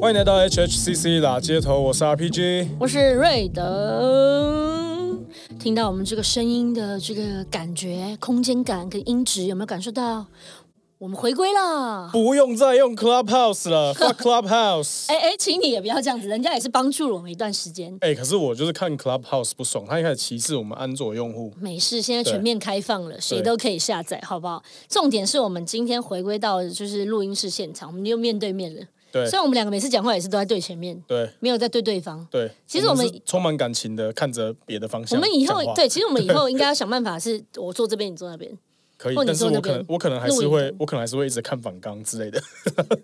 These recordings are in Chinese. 欢迎来到 HHCC 啦街头，我是 RPG。我是瑞德。听到我们这个声音的这个感觉、空间感跟音质，有没有感受到？我们回归了。不用再用 Clubhouse 了，fuck Clubhouse。哎哎，请你也不要这样子，人家也是帮助了我们一段时间。哎、可是我就是看 Clubhouse 不爽，他一开始歧视我们安卓用户。没事，现在对全面开放了，谁都可以下载，好不好？重点是我们今天回归到就是录音室现场，我们又面对面了。对虽然我们两个每次讲话也是都在对前面，对没有在对对方。对，其实我们是充满感情的看着别的方向我讲话。们以后对，其实我们以后应该要想办法，是我坐这边，你坐那边。可以或，者但是坐哦我那可能边我可能还录是影会的，我可能还是会一直看反纲之类的，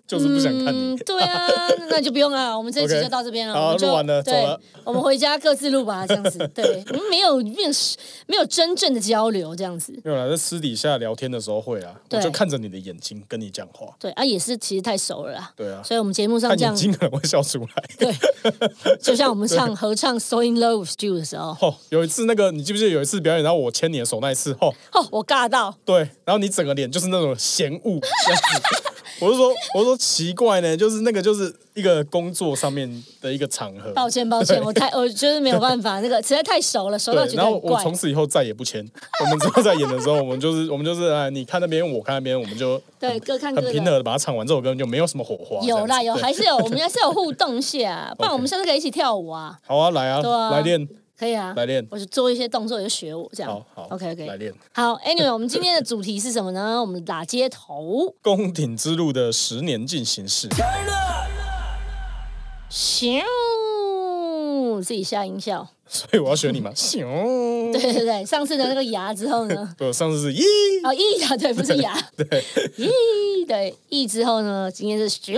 就是不想看你。嗯，对啊，那就不用了，我们这一集 OK 就到这边了。好我们就录完了走对了，我们回家各自录吧，这样子。对，嗯没有面试，没有真正的交流，这样子。没有啦，在私底下聊天的时候会啦，我对就看着你的眼睛跟你讲话。对啊，也是其实太熟了啦。对啊，所以我们节目上看这样眼，睛可能会笑出来。 就像我们唱合唱《So in Love with You》的时候，哦，有一次那个，你记不记得有一次表演，然后我牵你的手那一次？哦，哦，我尬到，对，然后你整个脸就是那种嫌恶。这样子 我就说，我就说奇怪呢，就是那个就是一个工作上面的一个场合，抱歉抱歉，我太我就是没有办法，那个实在太熟了，熟到对，觉然得后我很怪从。此以后再也不签。我们之后再演的时候，我们就是我们就是哎，你看那边，我看那边，我们就对，各看各很的。平和的把它唱完这首歌，就没有什么火花。有啦这样子对有，还是有，我们还是有互动一下啊，不 然我们下次可以一起跳舞啊，好啊，来啊，对啊来练，可以啊。来练我就做一些动作，你就学我这样。好好 OK 来 OK。练。好，Anyway，我们今天的主题是什么呢？我 们打街头。宫廷之路的十年进行式，咻，自己下音效。 所以我要学你嘛。行，？对对对，上次的那个牙之后 呢对，我上次是一哦，一牙对，不是牙。对。一对一之后呢？今天是咻。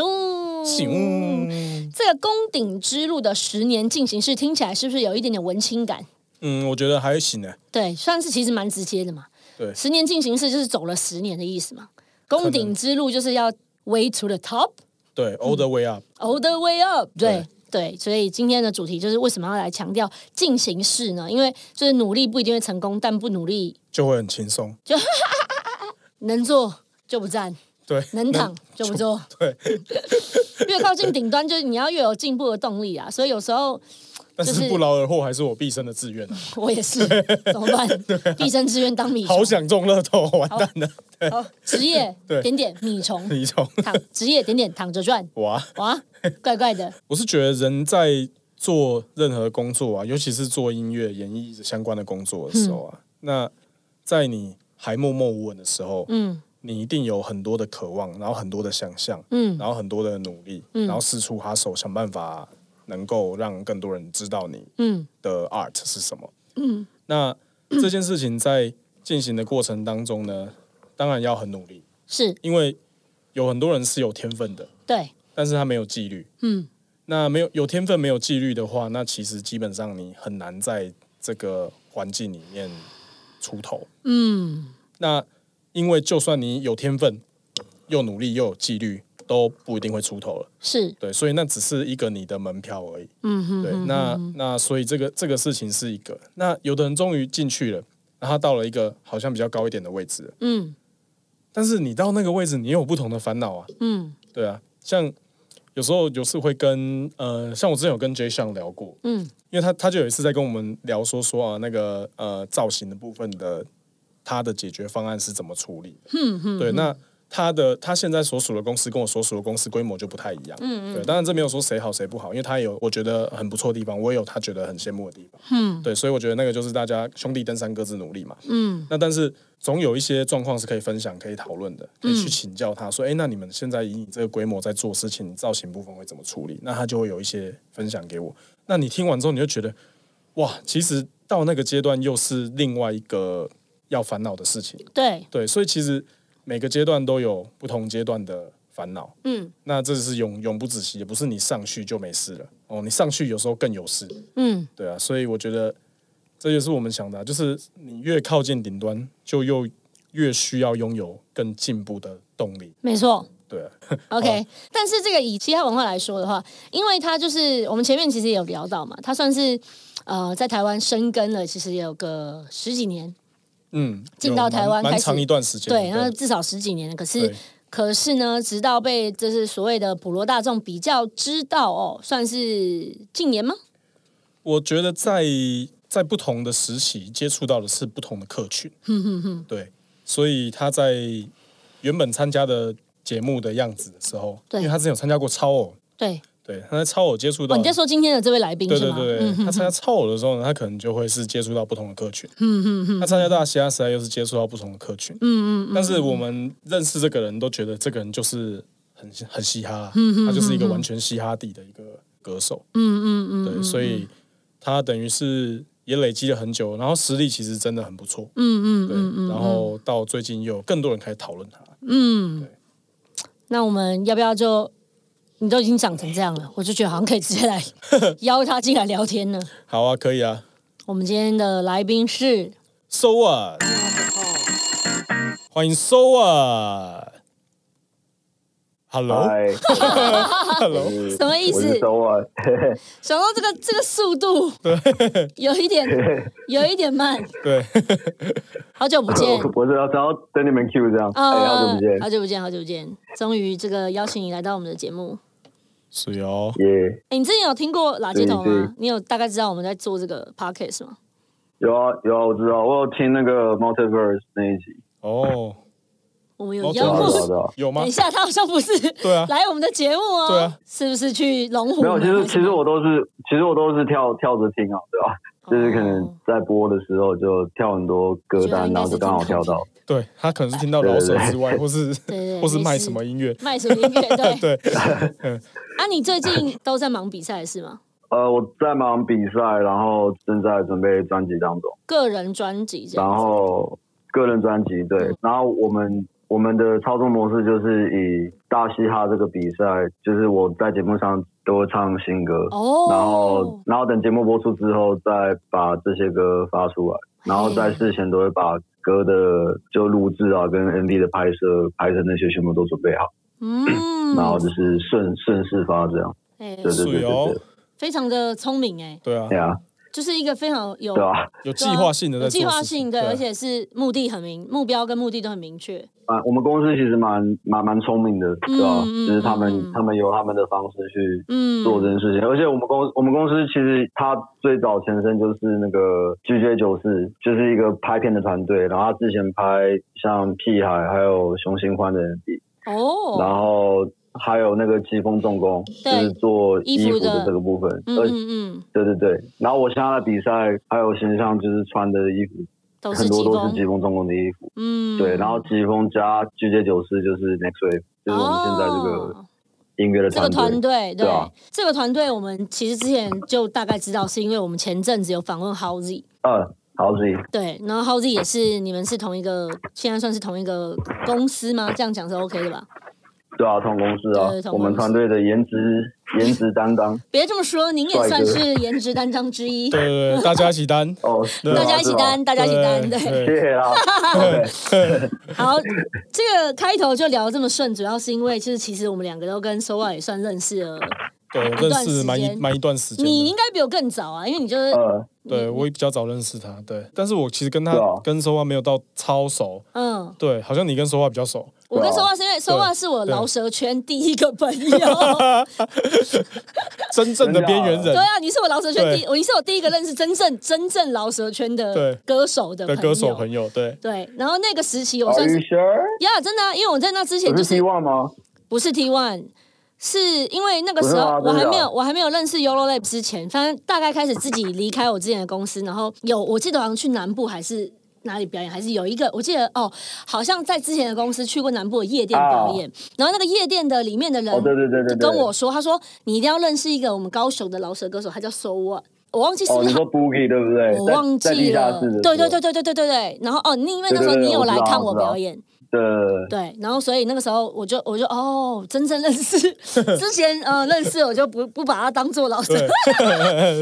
行，这个宫顶之路的十年进行式听起来是不是有一点点文青感？嗯，我觉得还行呢。对，算是其实蛮直接的嘛。对十年进行式就是走了十年的意思嘛。宫顶之路就是要 way to the top。对，all the way up， all the way up 对对。对，所以今天的主题就是为什么要来强调进行式呢？因为就是努力不一定会成功，但不努力就会很轻松。能做就不站，对，能躺就不做。对，越靠近顶端，就是你要越有进步的动力啊。所以有时候但就是是不劳而获还是我毕生的志愿啊！我也是怎么办？毕生志愿当米好虫，想中乐透，完蛋了， 好职业对点点米虫你中躺，职业点点躺着赚，哇！哇，怪怪的。我是觉得人在做任何工作啊，尤其是做音乐、演艺相关的工作的时候嗯啊，那在你还默默无闻的时候，嗯你一定有很多的渴望，然后很多的想象，嗯然后很多的努力，然后四处哈手，想办法能够让更多人知道你 嗯的 art 是什么。嗯，那这件事情在进行的过程当中呢，当然要很努力，是因为有很多人是有天分的，对，但是他没有纪律。嗯那没有有天分没有纪律的话，那其实基本上你很难在这个环境里面出头。嗯那因为就算你有天分，又努力又有纪律，都不一定会出头了。是对，所以那只是一个你的门票而已。嗯哼对，哼那那所以这个这个事情是一个，那有的人终于进去了，然后他到了一个好像比较高一点的位置了，嗯但是你到那个位置，你也有不同的烦恼啊，嗯对啊，像有时候有次会跟呃，像我之前有跟 J 上聊过，嗯因为他他就有一次在跟我们聊说说啊那个呃造型的部分的他的解决方案是怎么处理的，对，那。他的他现在所属的公司跟我所属的公司规模就不太一样，嗯对，当然这没有说谁好谁不好，因为他有我觉得很不错的地方，我也有他觉得很羡慕的地方，嗯对，所以我觉得那个就是大家兄弟登山各自努力嘛。嗯那但是总有一些状况是可以分享、可以讨论的，可以去请教他说：“哎、那你们现在以你这个规模在做事情，造型部分会怎么处理？”那他就会有一些分享给我。那你听完之后，你就觉得哇，其实到那个阶段又是另外一个要烦恼的事情。对对，所以其实每个阶段都有不同阶段的烦恼。嗯那这是永永不止息，也不是你上去就没事了哦。你上去有时候更有事。嗯对啊，所以我觉得这就是我们想的啊、就是你越靠近顶端，就又越需要拥有更进步的动力。没错。对啊， OK，但是这个以嘻哈文化来说的话，因为它就是我们前面其实也有聊到嘛，它算是呃在台湾生根了，其实也有个十几年，嗯，进到有台湾蛮开蛮始长一段时间。对，那至少十几年了。可是对可是呢，直到被就是所谓的普罗大众比较知道哦，算是近年吗？我觉得在在不同的时期接触到的是不同的客群，对，所以他在原本参加的节目的样子的时候，对因为他之前有参加过超偶，对，对，他在超偶嗯接触到哦，你在说今天的这位来宾对是对吗？对，对他参加超偶的时候呢，他可能就会是接触到不同的客群。他参加大嘻哈时代又是接触到不同的客群。嗯嗯但是我们认识这个人都觉得这个人就是很很嘻哈啦，他就是一个完全嘻哈底的一个歌手。嗯嗯嗯，对，所以他等于是也累积了很久，然后实力其实真的很不错。嗯嗯对，然后到最近又有更多人开始讨论他。那我们要不要就？你都已经长成这样了，我就觉得好像可以直接来邀他进来聊 天了。好啊，可以啊。我们今天的来宾是 So what？欢迎 So what？Hello。Hello？嗨 Hello，嗯什么意我思是？周啊，想到这个这个速度，有一 点有一点慢。 对，好久不见哦 啊我是要只要等你们 Q 这样，哎，好久不见，好久不见，好久不见！终于这个邀请你来到我们的节目。水哦，耶，哎，你之前有听过哪街头对对吗？你有大概知道我们在做这个 podcast 吗？有啊有啊，我知道，我有听那个 Multiverse 那一集，哦，我们哦有对啊邀知道不是知道过知。道。有吗等一？下，他好像不是对啊来我们的节目哦，对啊，是不是去龙湖没呢？有，其实还是其实我都是其实我都是跳跳着听啊，对吧？哦就是可能在播的时候就跳很多歌单，然后就刚好跳到，对他可能是听到老手之外，或是对 对或是卖类似什么音乐，卖什么音乐？对 对，啊，你最近 都在忙比赛是吗？呃，我在忙比赛，然后正在准备专辑当中，个人专辑这然样子，后个人专辑嗯对，然后我们我们的操作模式就是以大嘻哈这个比赛，就是我在节目上都会唱新歌，哦然后然后等节目播出之后再把这些歌发出来，然后在事前都会把歌的就录制啊跟 MV 的拍摄拍摄那些全部都准备好，嗯，然后就是顺顺势发这样，哎对对对对水哦对，非常的聪明哎，对啊对，啊，就是一个非常有对啊，有计对啊划性的在有做计划事情性，对，对啊，而且是目的很明，目标跟目的都很明确。啊，我们公司其实蛮蛮蛮聪明的，对吧？嗯嗯就是他们、嗯嗯他们有他们的方式去嗯，做这件事情，而且我们公我们公司其实它最早前身就是那个 GJ 九四，就是一个拍片的团队，然后他之前拍像屁孩还有熊新欢的 MV，、然哦，后还有那个疾风重工，就对是做衣衣服服的的这个部分，嗯而嗯嗯，对对对，然后我现在的比赛还有形象就是穿的衣服，都是很多疾都风是，疾风重工的衣服。嗯，对，然后疾风加 GJ 九四就是 Next Wave，就是我们现在这个哦音乐的这个团团队。队，对对啊这个团队，我们其实之前就大概知道，是因为我们前阵子有访问 Howzy，嗯，好自己对，然后 Howzy 也是你们是同一个，现在算是同一个公司吗？这样讲是 OK 的吧？对啊，同公司啊对同公司，我们团队的颜 值颜值担当别这么说，您也帅哥算是颜值担当之一，对对对，大家一起担，哦，对大家一起担，担，大家一起担，对。谢对，谢 啦。好，这个开头就聊这么顺，主要是因为就是其实我们两个都跟 Soa 也算认识了，对， 一段认识蛮时一间蛮一段时间的，你应该比我更早啊，因为你就是呃，对我也比较早认识他，对，但是我其实跟他对啊跟说话没有到超熟，嗯，对，好像你跟说话比较熟，我跟对啊 Soa 是因为 Soa 是我饶舌圈第一个朋 友，对真正的边缘真人啊，你是我饶舌圈第，对我你是我第一个认识真正真正饶舌圈对的歌手的的歌手朋朋友。友，对，对，然后那个时期我 Are 算 you 是 sure？呀真的啊、因为我在那之前不就是是 T One 吗？不是 T One，是因为那个时不是候吗我还没真的有啊我还没有认识 Yolo Lab 之前，反正大概开始自己离开我之前的公司，然后有我记得好像去南部还是。哪里表演还是有一个，我记得哦，好像在之前的公司去过南部的夜店表演，然后那个夜店的里面的人啊哦，对对对对对，跟我说，他说你一定要认识一个我们高雄的饶舌歌手，他叫 So What，我忘记是哦，不你是他说 Bookie 对不对？我在忘在记地下了室的时候，对对对对对对对对。然后哦，你因为那时候对对对你有我知来道看我我知道表演，对对，然后所以那个时候我就我就哦，真正认识之前呃认识我就不不把他当做老师，对，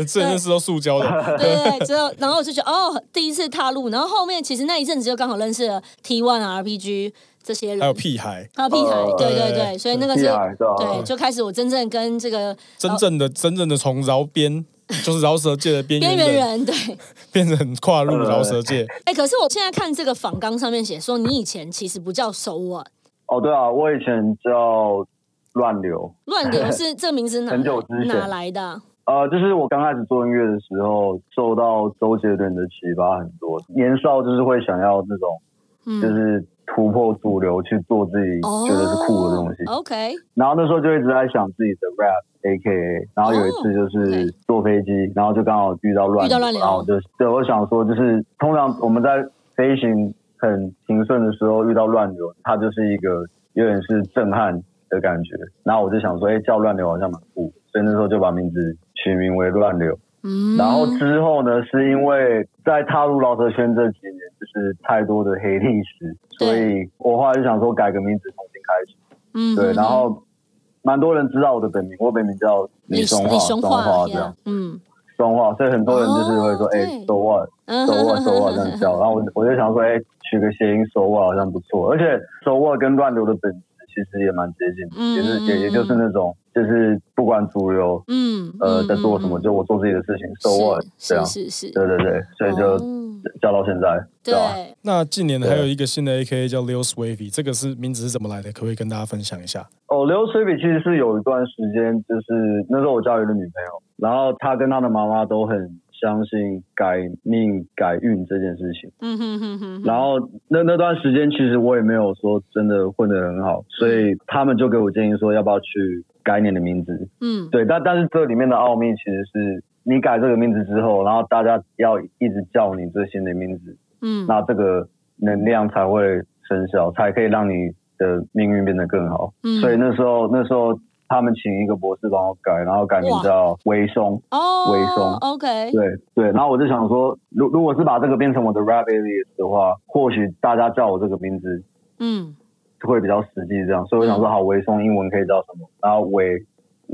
这认识都塑胶的，对对对，之后然后我就觉得哦，第一次踏入，然后后面其实那一阵子就刚好认识了 T One RPG 这些人，还有屁孩，还有屁孩，哦对对对对，所以那个屁是孩哦对吧？对，就开始我真正跟这个真正的真正的从饶边，就是饶舌界的边边缘缘人，人对。变成跨入饶舌界，哎、可是我现在看这个访纲上面写说，你以前其实不叫 So What，哦，对啊，我以前叫乱流，乱流是这名字哪很久之前哪来的啊？呃，就是我刚开始做音乐的时候，受到周杰伦的启发很多。年少就是会想要这种，嗯，就是突破主流去做自己觉得是酷的东西。哦 OK，然后那时候就一直在想自己的 rap A K A，然后有一次就哦是，OK 坐飞机，然后就刚好遇到乱遇到乱流然后我就对我想说，就是通常我们在飞行很平顺的时候遇到乱流，它就是一个有点是震撼的感觉。然后我就想说，哎，叫乱流好像蛮酷，所以那时候就把名字取名为乱流。嗯，然后之后呢，是因为在踏入饶舌圈这几年，就是太多的黑历史，所以我后来就想说改个名字重新开始。嗯对，嗯嗯然后蛮多人知道我的本名，我本名叫李李松李化，雄松化这呀样，，嗯松化，所以很多人就是会说，哦哎对，手化，嗯手化，手化这样叫。然后我我就想说，哎，取个谐音手化好像不错，而且手化跟乱流的本质其实也蛮接近嗯的，也是嗯也也就是那种就是不管主流嗯，呃嗯在做什么，嗯就我做自己的事情，手化嗯这样是，是是是，对对对，所以就哦叫到现在，对吧？那近年还有一个新的 A K A 叫 Lil Swavy，这个是名字是怎么来的？可不可以跟大家分享一下？哦，流水笔其实是有一段时间，就是那时候我交了一个女朋友，然后她跟她的妈妈都很相信改命改运这件事情。嗯哼哼哼，然后那那段时间，其实我也没有说真的混得很好，所以他们就给我建议说，要不要去改你的名字？嗯对，但但是这里面的奥秘其实是你改这个名字之后，然后大家要一直叫你这新的名字，嗯，那这个能量才会生效，才可以让你的命运变得更好。嗯所以那时候那时候他们请一个博士帮我改，然后改名哇叫微松。哦微松 OK，对对，然后我就想说，如如果是把这个变成我的 rap alias 的话，或许大家叫我这个名字嗯会比较实际这样。所以我想说，好，微松英文可以叫什么？然后微、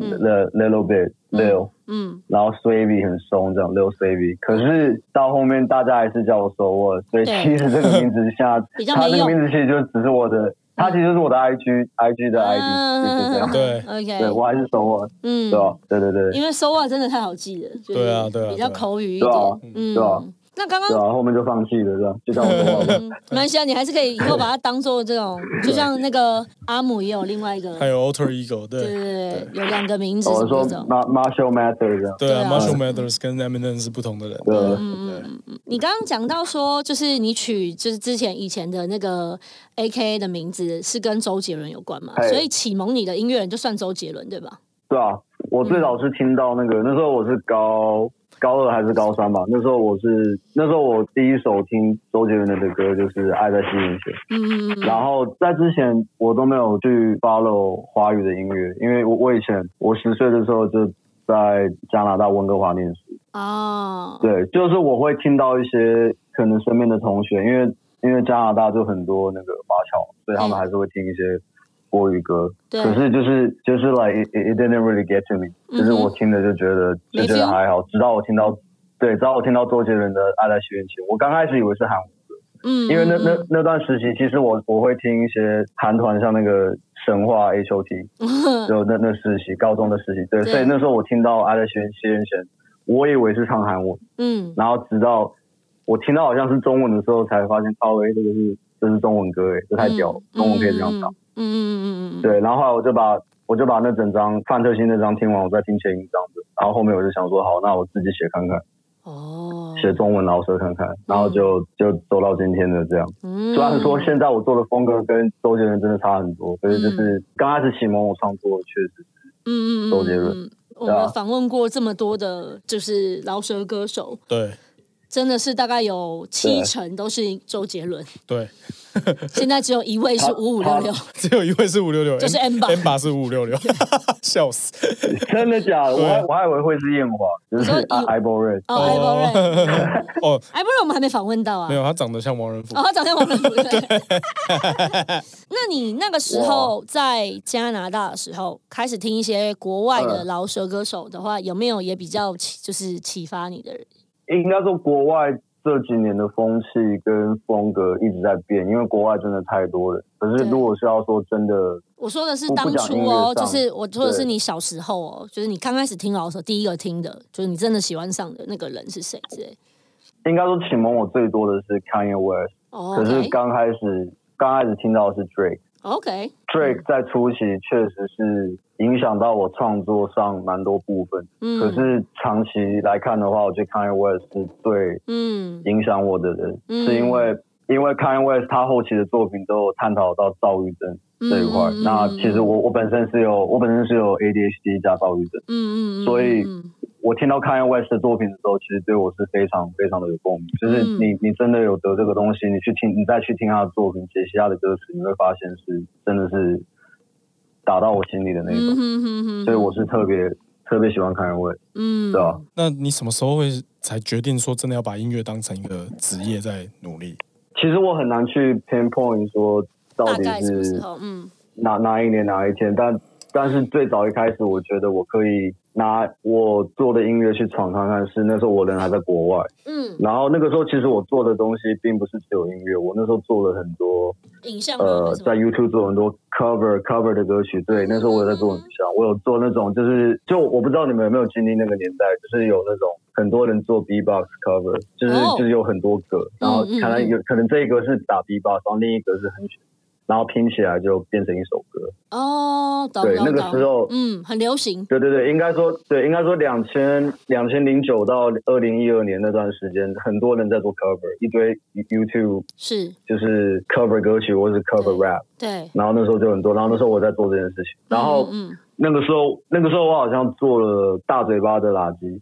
嗯 little little bit little，、嗯然后 Savy 很松这样，Lil Savy。可是到后面大家还是叫我 So What，所以对其实这个名字现在比较它没这个用名字其实就只是我的，它其实就是我的 IG IG 的嗯 ID，就是这样。对对，OK，我还是 So What，嗯对吧？对对对，因为收袜真的太好记了，就是对啊对啊比较对啊口语一对啊点，嗯，对啊那刚刚对啊，后面就放弃了，这样就像我 So What。嗯，没关系啊，你还是可以以后把它当做这种，就像那个阿姆也有另外一个，还有 Alter Ego，对对对对，有两个名字哦什我么说这种。 Mar Marshall Matter 这样，对对啊啊，Marshall Mathers 跟 Eminem 是不同的人。对嗯嗯嗯嗯，你刚刚讲到说，就是你取就是之前以前的那个 A K A 的名字是跟周杰伦有关嘛？哎所以启蒙你的音乐人就算周杰伦对吧？对啊。我最早是听到那个，那时候我是高高二还是高三吧，那时候我是那时候我第一首听周杰伦的歌就是《爱在西元前》。嗯嗯嗯然后在之前我都没有去 follow 华语的音乐，因为我我以前我十岁的时候就在加拿大温哥华念书，嗯，哦，对，就是我会听到一些可能身边的同学，因为因为加拿大就很多那个华侨，所以他们嗯还是会听一些国语歌。对嗯可是就是就是 like it, it didn't really get to me，、就是我听的就觉得没就觉 feel 得还好，直到我听到对，直到我听到周杰伦的《爱在西元前》，我刚开始以为是韩文。嗯，因为那那嗯那段时期，其实我我会听一些韩团，像那个神话 H O T， 嗯就那那时期高中的时期，对，对所以那时候我听到阿在学谢元贤，我以为是唱韩文，嗯然后直到我听到好像是中文的时候，才发现哦，哎，这个是这是中文歌，哎，这太屌了，中文可以这样唱，，嗯嗯嗯嗯嗯嗯嗯，对，然后后来我就把我就把那整张范特西那张听完，我再听前一张的，然后后面我就想说，好，那我自己写看看，哦，写中文饶舌看看，然后就嗯就走到今天的这样。虽虽然说嗯现在我做的风格跟周杰伦真的差很多，可是就是刚开始启蒙我创作，确实嗯嗯嗯周杰伦嗯嗯我对们啊访问过这么多的，就是饶舌歌手，对真的是大概有七对成都是周杰伦，对， 现在只有一位是他五五六六，只有一位是五六六，就是 M Amber 是五五六 六，笑死。真的假的？对我还我还以为会是艳华，就是你说以 i b o r e d 哦，艾伯瑞， 哦，艾伯瑞哎我们还没访问到啊没，有，他长得像王仁甫哦，。他长相我 们不对。 那你那个时候在加拿大的时候，开始听一些国外的嗯饶舌歌手的话，有没有也比较启就是启发你的人？应该说国外这几年的风气跟风格一直在变，因为国外真的太多了。可是对如果是要说真的，我说的是不当不讲初音哦，乐就上是我说的是对你小时候哦，就是你刚开始听饶舌第一个听的，就是你真的喜欢上的那个人是谁之类。应该说启蒙我最多的是 Kanye West，哦可是 OK，哦刚开始刚开始听到的是 Drake， OK， Drake 嗯在初期确实是影响到我创作上蛮多部分，嗯，可是长期来看的话，我觉得 Kanye West 是最嗯影响我的人，嗯是因为因为 Kanye West 他后期的作品都有探讨到躁郁症这一块。嗯嗯那其实我我本身是有我本身是有 ADHD 加躁郁症，嗯嗯，所以嗯我听到 Kanye West 的作品的时候，其实对我是非常非常的有共鸣。就是嗯你你真的有得这个东西，你去听你再去听他的作品，解析他的歌词，你会发现是真的是打到我心里的那嗯种。哼哼哼，所以我是特别特别喜欢 Kanye West，嗯对啊吧？那你什么时候会才决定说真的要把音乐当成一个职业在努力？其实我很难去 pinpoint 说到大底概什么时是候？嗯哪哪一年哪一天，但但是最早一开始，我觉得我可以拿我做的音乐去闯看看，是那时候我人还在国外，嗯，然后那个时候其实我做的东西并不是只有音乐，我那时候做了很多影像吗还呃是，哦什么在 YouTube 做很多 cover cover 的歌曲，对，那时候我有在做影像，我有做那种就是就我不知道你们有没有经历那个年代，就是有那种很多人做 B-box cover，就是、哦就是有很多个，然后嗯嗯可能有可能这一个是打 B-box，然后另一个是很。然后拼起来就变成一首歌，哦，懂对懂那个懂时候嗯，很流行，对对对，应该说对，应该说两千两千零九到二零一二年那段时间，很多人在做 cover，一堆 YouTube 是就是 cover 歌曲或是 cover 对 rap，对。然后那时候就很多，然后那时候我在做这件事情，然后嗯，嗯那个时候那个时候我好像做了大嘴巴的垃圾，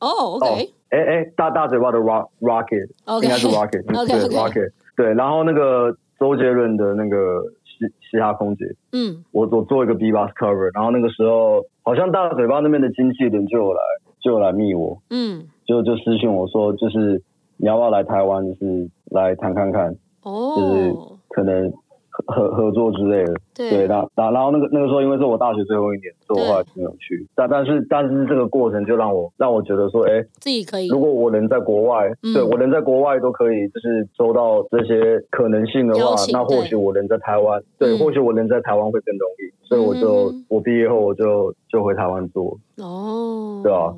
哦哦，OK，，哎哎，大大嘴巴的 rock rocket， OK 应该是 rocket， OK，对 OK rocket，对，然后那个周杰伦的那个嘻嘻哈空姐，嗯我我做一个 B box cover，然后那个时候好像大嘴巴那边的经纪人就有来就有来密我，嗯，就就私信我说，就是你要不要来台湾，就是来谈看看，就是哦，可能合合合作之类的。对，对，然后然后然后那个那个时候，因为是我大学最后一年，所以我后来是没有去。但但是但是这个过程就让我让我觉得说，哎，自己可以，如果我能在国外，嗯对我能在国外都可以，就是收到这些可能性的邀话，请那或许我能在台湾，对，嗯或许我能在台湾会更容易。所以我就、嗯我毕业后我就就回台湾做，哦，对啊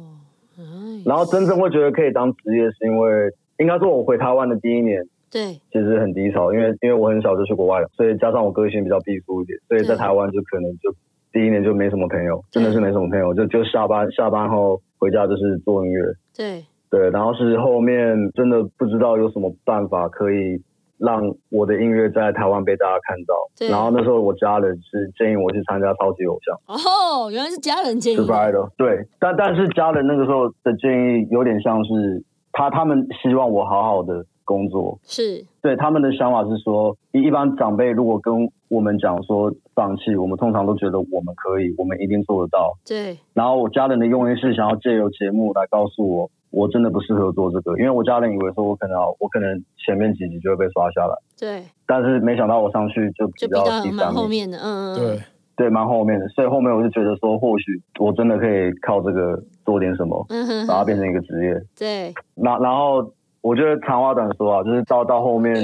哎，然后真正会觉得可以当职业，是因为应该说我回台湾的第一年。对，其实很低潮，因为因为我很小就去国外了，所以加上我个性比较避俗一点，所以在对台湾就可能就第一年就没什么朋友，对真的是没什么朋友，就就下班下班后回家就是做音乐，对，对，然后是后面真的不知道有什么办法可以让我的音乐在台湾被大家看对到，然后那时候我家人是建议我去参加超级偶像哦，原来是家人建议 s u r v i 的， v o 对，但但是家人那个时候的建议有点像是他他们希望我好好的工作，是，对他们的想法是说，一一般长辈如果跟我们讲说放弃，我们通常都觉得我们可以，我们一定做得到。对，然后我家人的用意是想要借由节目来告诉我，我真的不适合做这个，因为我家人以为说我可能要我可能前面几集就会被刷下来，对，但是没想到我上去就比就比较较第蛮三后名，面的，嗯嗯，嗯，对，对，蛮后面的，所以后面我就觉得说，或许我真的可以靠这个做点什么，嗯哼把它哼，变成一个职业。对，然然后我觉得长话短说啊，就是到到后面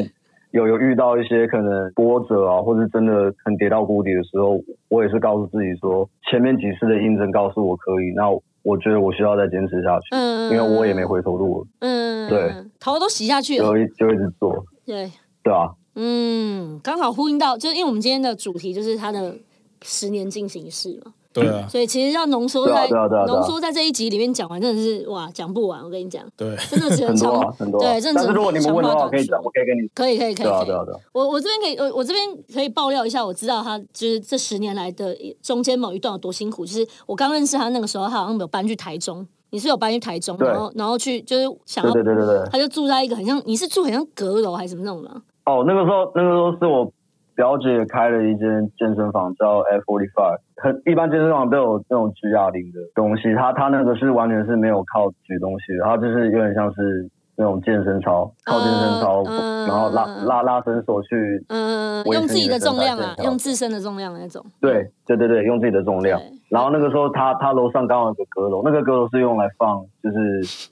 有有遇到一些可能波折啊，或是真的很跌到谷底的时候，我也是告诉自己说，前面几次的印证告诉我可以，那我觉得我需要再坚持下去，嗯，因为我也没，回头路了，嗯，对，头都洗下去了就，一就一直做，对，对啊，嗯，刚好呼应到，就是因为我们今天的主题就是他的十年进行式嘛，对啊，所以其实要浓缩在对啊对啊对啊对啊浓缩在这一集里面讲完，真的是哇，讲不完。我跟你讲，对，真的只能很多长啊，很多啊对，真。的但只是能如果你们问的话，长我可以讲，短我说可以跟你，可以可以可以，对啊，可以对啊，对啊，我我这边可以，我我这边可以爆料一下，我知道他就是这十年来的中间某一段有多辛苦。就是我刚认识他那个时候，他好像有搬去台中，你是有搬去台中，对然后然后去就是想对要对，对对对。他就住在一个很像你是住很像阁楼还是什么那种的，哦，那个时候，那个时候是我表姐开了一间健身房，叫 F Forty Five。很一般健身房都有那种举哑铃的东西，它它那个是完全是没有靠举东西的，它就是有点像是那种健身操，靠健身操，嗯嗯然后拉嗯嗯拉拉伸手去，嗯，我也是用自己的重量啊你的身材，健用自身的重量那种，对对对对，用自己的重量对。然后那个时候他他楼上刚好有个阁楼，那个阁楼是用来放就是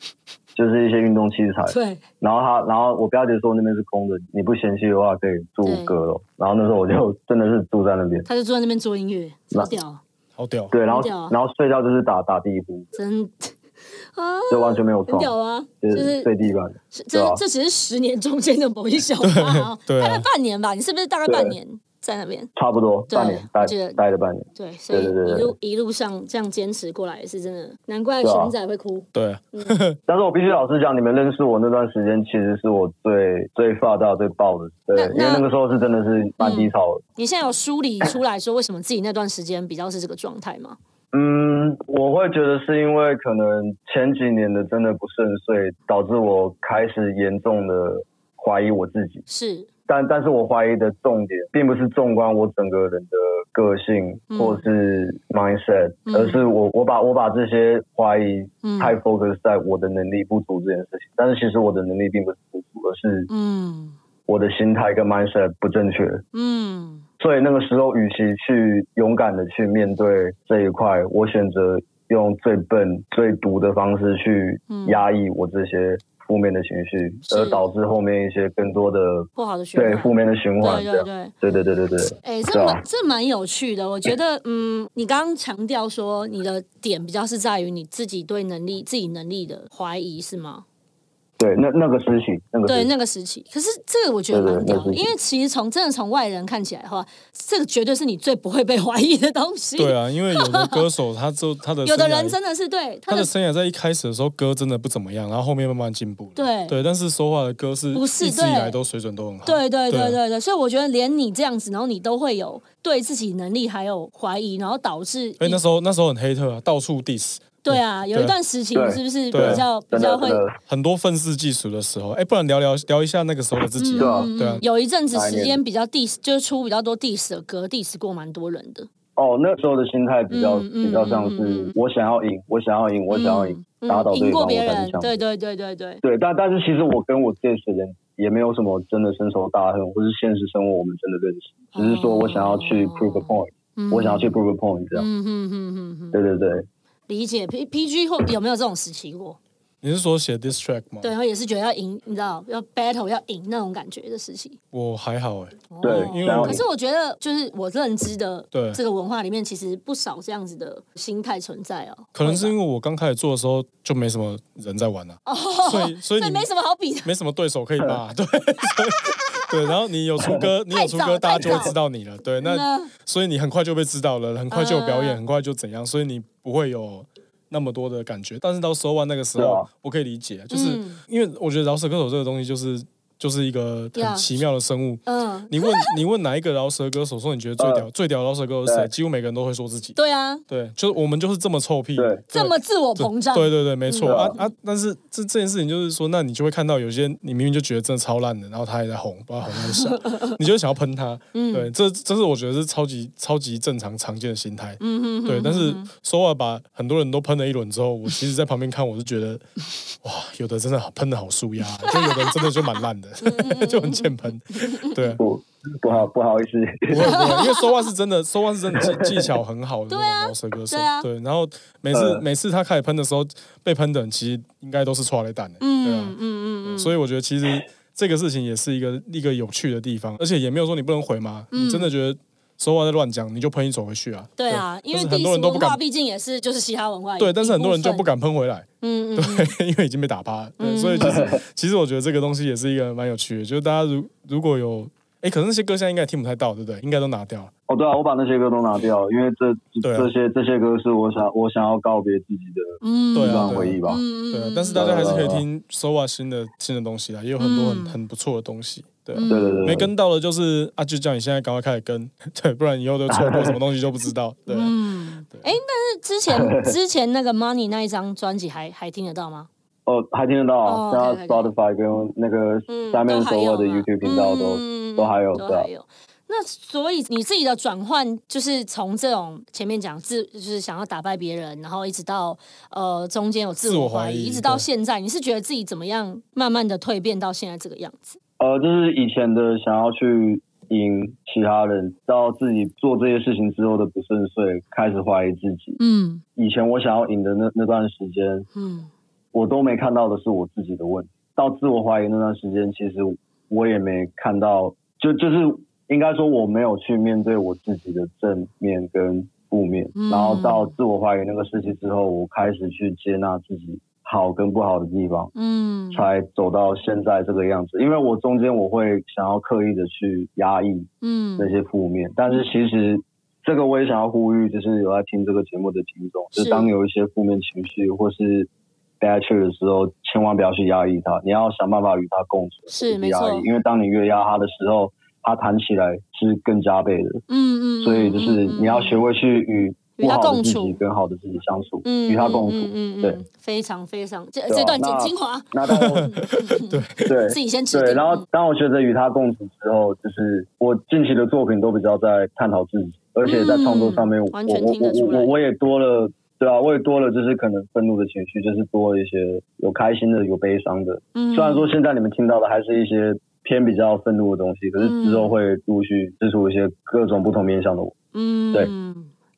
就是一些运动器材，对，然后他，然后我表姐说那边是空的，你不嫌弃的话可以住对阁楼。然后那时候我就真的是住在那边，他就坐在那边做音乐，超那屌，好屌，对，然后很屌啊然后睡觉就是打打地铺，真的啊，就完全没有很床，屌啊，就就是是睡地板。是这哦对啊这只是十年中间的某一小趴、哦对啊大概半年吧？你是不是大概半年？在那边。差不多对半年，待我记得待了半年。对，所以对对对一对路一路上这样坚持过来也是真的，难怪对啊熊仔会哭。对啊，但是我必须老实讲，你们认识我那段时间，其实是我最最发大、最爆的，对，那因为那个时候是真的是蛮低潮的。你现在有梳理出来说为什么自己那段时间比较是这个状态吗？嗯，我会觉得是因为可能前几年的真的不顺遂，导致我开始严重的怀疑我自己。是，但但是我怀疑的重点，并不是纵观我整个人的个性嗯或是 mindset，、嗯而是我我把我把这些怀疑嗯太 focus 在我的能力不足这件事情。但是其实我的能力并不是不足，而是嗯我的心态跟 mindset 不正确。嗯所以那个时候，与其去勇敢的去面对这一块，我选择用最笨、最毒的方式去嗯压抑我这些负面的情绪，是而导致后面一些更多的不好的循环对负面啊的循环。对这对样对。对对对对对，哎，对这啊蛮这蛮有趣的，我觉得，嗯，你刚刚强调说你的点比较是在于你自己对能力、自己能力的怀疑，是吗？对那那个时期，那个对时期那个时期，可是这个我觉得蛮屌的，对对那个时期因为其实从真的从外人看起来的话，这个绝对是你最不会被 怀疑的东西。对啊，因为有的歌手他 就他的有的生涯人真的是对他他的的生涯在一开始的时候歌真的不怎么样，然后后面慢慢进步了。对对，但是说话的歌是不是一直以来对都水准都很好。对对对啊对对，所以我觉得连你这样子，然后你都会有对自己能力还有怀疑，然后导致哎、一那时候那时候很黑特啊，到处 diss，对啊，有一段时期对啊是不是对比较比真较的会真的很多愤世嫉俗的时候。哎、不然聊聊聊一下那个时候的自己、对啊嗯对啊有一阵子哪一时年间比较 diss，就是出比较多 diss 的歌，diss 过蛮多人的。哦，那时候的心态比较嗯嗯比较像嗯嗯是我想要赢，我想要赢，我想要赢，嗯打倒嗯赢对方，过我别才人是，强者对。对对对对，对，但但是其实我跟我这些人也没有什么真的深仇大恨，或是现实生活我们真的认识，只是说我想要去哦 prove a point，、嗯我想要去 prove a point 这样。嗯哼哼哼哼，对对对，理解 P P G 或有没有这种时期过？你是说写 diss track 吗？对，然后啊也是觉得要赢，你知道要 battle 要赢那种感觉的时期。我还好哎、对哦因为我可是我觉得，就是我认知的对这个文化里面，其实不少这样子的心态存在哦。可能是会吧哦因为我刚开始做的时候就没什么人在玩啊，所以所以所以你没什么好比的。没什么对手可以骂，对 所以对，然后你有出歌，你有出歌，嗯太早大家就太会早知道你了，对，那那所以你很快就被知道了，很快就有表演，嗯很快就怎样，所以你不会有那么多的感觉。但是到 So One 那个时对候啊，我可以理解，就是嗯因为我觉得饶舌歌手这个东西就是就是一个呀很奇妙的生物。啊嗯，你问你问哪一个饶舌歌手说你觉得最屌最屌的饶舌歌手是谁？对几乎每个人都会说自己。对啊，对，就是我们就是这么臭屁，对这么自我膨胀，对对对，没错、嗯啊啊！但是这这件事情就是说，那你就会看到有些你明明就觉得真的超烂的，然后他也在红，不知道红在 啥，你就想要喷他。嗯对，这这是我觉得是超级超级正常常见的心态。嗯哼哼对，但是说话把很多人都喷了一轮之后，我其实在旁边看，我是觉得，哇，有的真的好喷的好舒压，啊就有的人真的就蛮烂的，嗯就很欠喷。对，不不好不好意思， 不会不 会，因为说话是真的，说话是真的技技巧很好的那种饶舌歌手。对啊对，然后每次、嗯每次他开始喷的时候，被喷的人其实应该都是错了蛋的、对啊嗯嗯嗯嗯，所以我觉得其实这个事情也是一个一个有趣的地方，而且也没有说你不能回嘛。你真的觉得说话在乱讲，你就喷一手回去啊。嗯对啊，因为但是第很多四人都文不化敢。毕竟也是就是嘻哈文化，对，但是很多人就不，敢喷回来，嗯嗯，对， 因为已经被打趴了。对，所以其实其实我觉得这个东西也是一个蛮有趣的，就是大家如如果有，哎，可能那些歌现在应该也听不太到，对不对？应该都拿掉了。哦对啊，我把那些歌都拿掉，因为这对啊这些这些歌是我想我想要告别自己的嗯，对一啊段回忆吧。嗯对啊嗯，，但是大家还是可以听 SOA 新的新的东西啊啦，也有很多很、嗯很不错的东西。对啊、对对对，没跟到的就是啊，就叫你现在赶快开始跟， 对，不然以后都错过什么东西就不知道。对啊、嗯，哎，但是之前 之前那个 Money 那一张专辑还还听得到吗？哦还听得到哦啊，像对对对 Spotify 跟那个嗯，下面都还所有的嘛 YouTube 频道都嗯嗯嗯都还有都对啊还有。那所以你自己的转换，就是从这种前面讲自，就是想要打败别人，然后一直到呃中间有自自我我怀怀疑，疑一直到对现在，你是觉得自己怎么样慢慢的蜕变到现在这个样子？呃，就是以前的想要去赢其他人，到自己做这些事情之后的不顺遂，开始怀疑自己。嗯以前我想要赢的那那段时间，嗯我都没看到的是我自己的问题。到自我怀疑那段时间，其实我也没看到，就就是应该说我没有去面对我自己的正面跟负面。嗯然后到自我怀疑那个事情之后，我开始去接纳自己好跟不好的地方，嗯，才走到现在这个样子。因为我中间我会想要刻意的去压抑嗯那些负面，但是其实这个我也想要呼吁，就是有在听这个节目的听众，就是是当有一些负面情绪或是待下去的时候，千万不要去压抑它，你要想办法与它共存，是不没压错抑，因为当你越压它的时候，它弹起来是更加倍的。嗯嗯，所以就是嗯你要学，会去与与不它好的共自处己跟好的自己相处，嗯嗯与它共处嗯。嗯嗯对嗯，非常非常，这啊这段剪那精华，那当 我嗯对自己先指对，定。嗯然后当我学着与它共处之后，就是我近期的作品都比较在探讨自己，而且在创作上面，我嗯完我全听得我出来我我也多了。对啊，我也多了，就是可能愤怒的情绪，就是多了一些有开心的，有悲伤的。嗯虽然说现在你们听到的还是一些偏比较愤怒的东西，可是之后会陆续制出一些各种不同面向的我。嗯对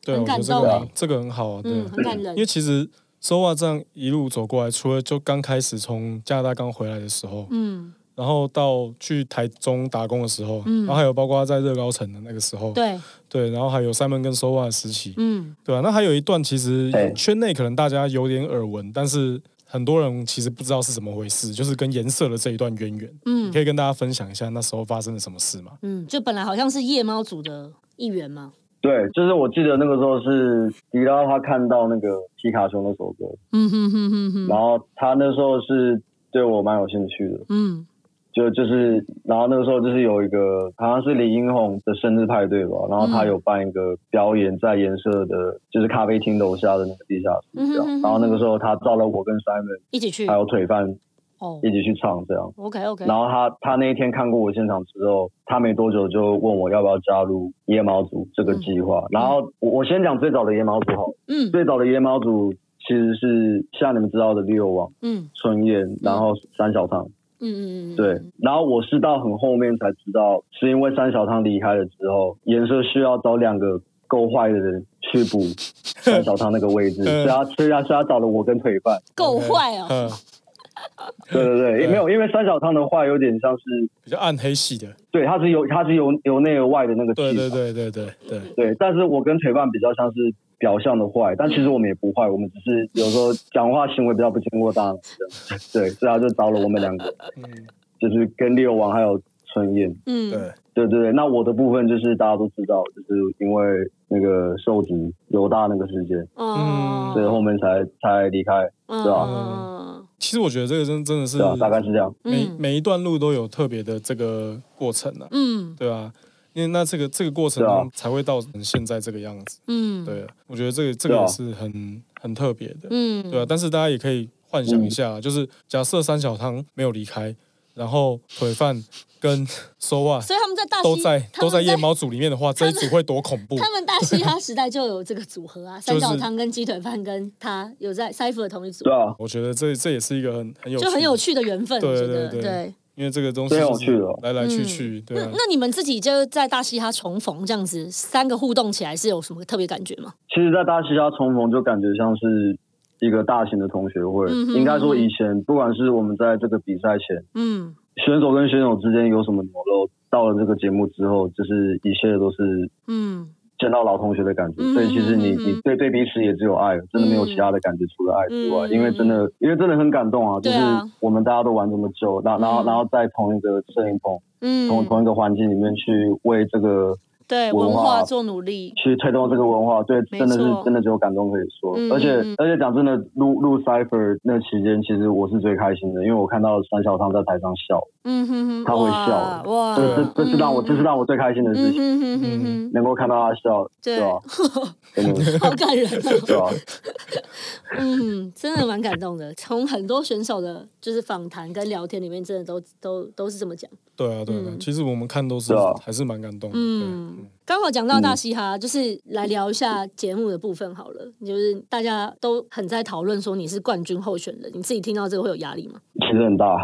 对，很我觉感得这个动很这个很好啊，对啊嗯，很感人因为其实 Sova 这样一路走过来，除了就刚开始从加拿大刚回来的时候，嗯然后到去台中打工的时候，嗯然后还有包括在乐高城的那个时候，对对然后还有 Simon 跟 Sova 的时期，嗯对啊，那还有一段其实对圈内可能大家有点耳闻，但是很多人其实不知道是怎么回事，就是跟颜色的这一段渊源，你嗯可以跟大家分享一下那时候发生了什么事吗？嗯，就本来好像是夜猫组的一员嘛，对，就是我记得那个时候是迪拉他看到那个皮卡丘那首歌，嗯哼哼哼哼，然后他那时候是对我蛮有兴趣的，嗯就就是，然后那个时候就是有一个好像是李英宏的生日派对吧，然后他嗯有办一个表演在颜色的，就是咖啡厅楼下的那个地下室嗯哼这样，哼哼然后那个时候他招了我跟 Simon 一起去还有腿饭哦一起去唱这样， ，OK OK，然后他他那一天看过我现场之后，他没多久就问我要不要加入夜猫组这个计划。然后我我先讲最早的夜猫组好了，嗯最早的夜猫组其实是像你们知道的六王、嗯春燕，然后三小汤。嗯嗯嗯，对，然后我是到很后面才知道，是因为三小汤离开了之后，颜色需要找两个够坏的人去 补三小汤那个位置，所以他所以他所以他找了我跟腿饭。够坏哦，嗯，对对对，对也没有，因为三小汤的话有点像是比较暗黑系的，对，它是由它是由由内而外的那个气对场，对对对对对，对但是我跟腿饭比较像是表象的坏，但其实我们也不坏，我们只是有时候讲话行为比较不经过大脑这样。对，所以他就找了我们两个，嗯，就是跟六王还有春燕。嗯对，对对对，那我的部分就是大家都知道，就是因为那个受职犹大那个事件，嗯哦所以后面才才离开，嗯对吧嗯其实我觉得这个真真的是对吧、啊大概是这样。每嗯每一段路都有特别的这个过程啊，嗯对啊，因为那这个这个过程对啊中才会到成现在这个样子。嗯，对，我觉得这个这个对啊也是很很特别的，嗯对啊。但是大家也可以幻想一下，啊就是假设三小汤没有离开，然后腿饭跟 Sova 所以他们在大都西在他都们在夜猫组里面的话，这一他组会多恐怖？他们大嘻哈时代就有这个组 合啊，三就是角汤跟鸡腿饭跟他有在 Cypher 同一组对，啊，我觉得这这也是一个很很有就很有趣趣的缘分，对我觉得对对因为这个东西真有就是趣哦来来去去，对嗯那啊。那你们自己就在大嘻哈重逢这样子，三个互动起来是有什么特别感觉吗？其实，在大西家重逢就感觉像是一个大型的同学会。嗯哼应该说，以前不管是我们在这个比赛前，嗯选手跟选手之间有什么牛肉，到了这个节目之后，就是一切都是嗯见到老同学的感觉。嗯哼所以，其实你嗯哼你对对彼此也只有爱，真的没有其他的感觉，除了爱之外，嗯因为真的，因为真的很感动啊！就对是啊我们大家都玩这么久，然后然后嗯然后在同一个摄影棚、同嗯，同一个环境里面去为这个对，文文化化做努力，去推动这个文化，对，没真的是错真的只有感动可以说。嗯而且嗯嗯而且讲真的，录录 Cipher 那期间，其实我是最开心的，因为我看到三小汤在台上笑，嗯哼哼，他会哇笑哇，这这这是让我嗯这是让我最开心的事嗯哼情，哼哼哼，能够看到他笑，对对吧？真 的，好感人哦。对吧？嗯，真的蛮感动的。从很多选手的，就是访谈跟聊天里面，真的都都都是这么讲。对啊，对啊，嗯其实我们看都是对啊还是蛮感动的。对嗯，刚好讲到大嘻哈，就是来聊一下节目的部分好了。就是大家都很在讨论说你是冠军候选人，你自己听到这个会有压力吗？其实很 大，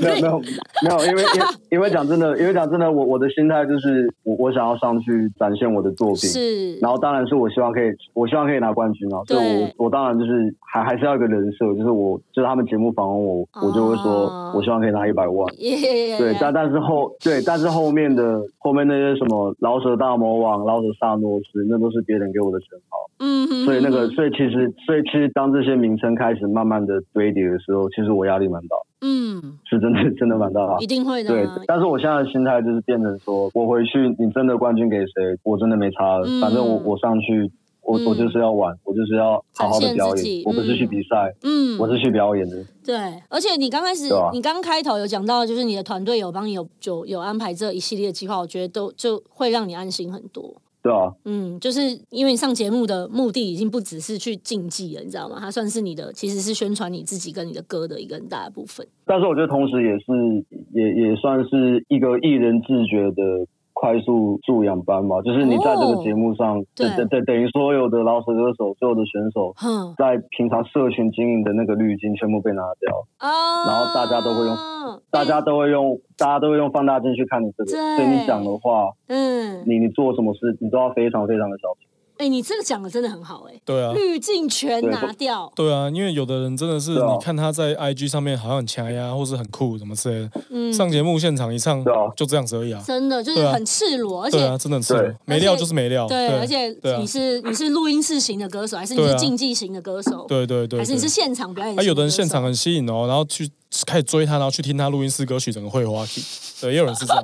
没有没有没有，因为因为因为讲真的，因为讲真的，我我的心态就是我我想要上去展现我的作品，是， 然后当然是我希望可以，我希望可以拿冠军啊，所以对我我当然就是还还是要有一个人设，就是我就是他们节目访问我，我就会哦说我希望可以拿一百万。耶耶耶对，但但是后对，但是后面的后面那些什么老舍大魔王、老舍萨诺斯，那都是别人给我的称号。嗯哼，所以那个，嗯哼所以其实，所以其实当这些名称开始慢慢的堆叠的时候，其实我压力蛮大，嗯，是真的真的蛮大的。一定会的对啊，，但是我现在的心态就是变成说，我回去你真的冠军给谁，我真的没差了，嗯反正我我上去，我、嗯我就是要玩，我就是要好好的表展现自己演，我不是去比赛，嗯，我是去表演的。对，而且你刚开始，对啊你刚开头有讲到，就是你的团队有帮你有有有安排这一系列计划，我觉得都就会让你安心很多。对啊，嗯，就是因为你上节目的目的已经不只是去竞技了，你知道吗？它算是你的，其实是宣传你自己跟你的歌的一个很大的部分。但是我觉得同时也是也也算是一个艺人自觉的快速助养班吧，就是你在这哦个节目上，对等等等于所有的老舌歌手、所有的选手，哼在平常社群经营的那个滤镜全部被拿掉，啊，然后大家都会用大家都会用大家都会用放大镜去看你这个，对所以你讲的话，嗯，你你做什么事，你都要非常非常的小心。哎、你这个讲的真的很好哎、对嗯啊，滤镜全拿掉，对啊，因为有的人真的是，对啊你看他在 IG 上面好像很强呀，或是很酷什么之类的，嗯，上节目现场一唱对啊就这样子而已啊。真的就是对啊很赤裸，而对且啊，真的很赤对裸，没料而且就是没料。对，而且对啊你，是你是录音室型的歌手，还是你对是啊竞技型的歌手？对对对，还是你对是现场表演型歌啊，手？有的人现场很吸引哦，然后去开始追他，然后去听他录音室歌曲，整个会花去。对，也有人是这样。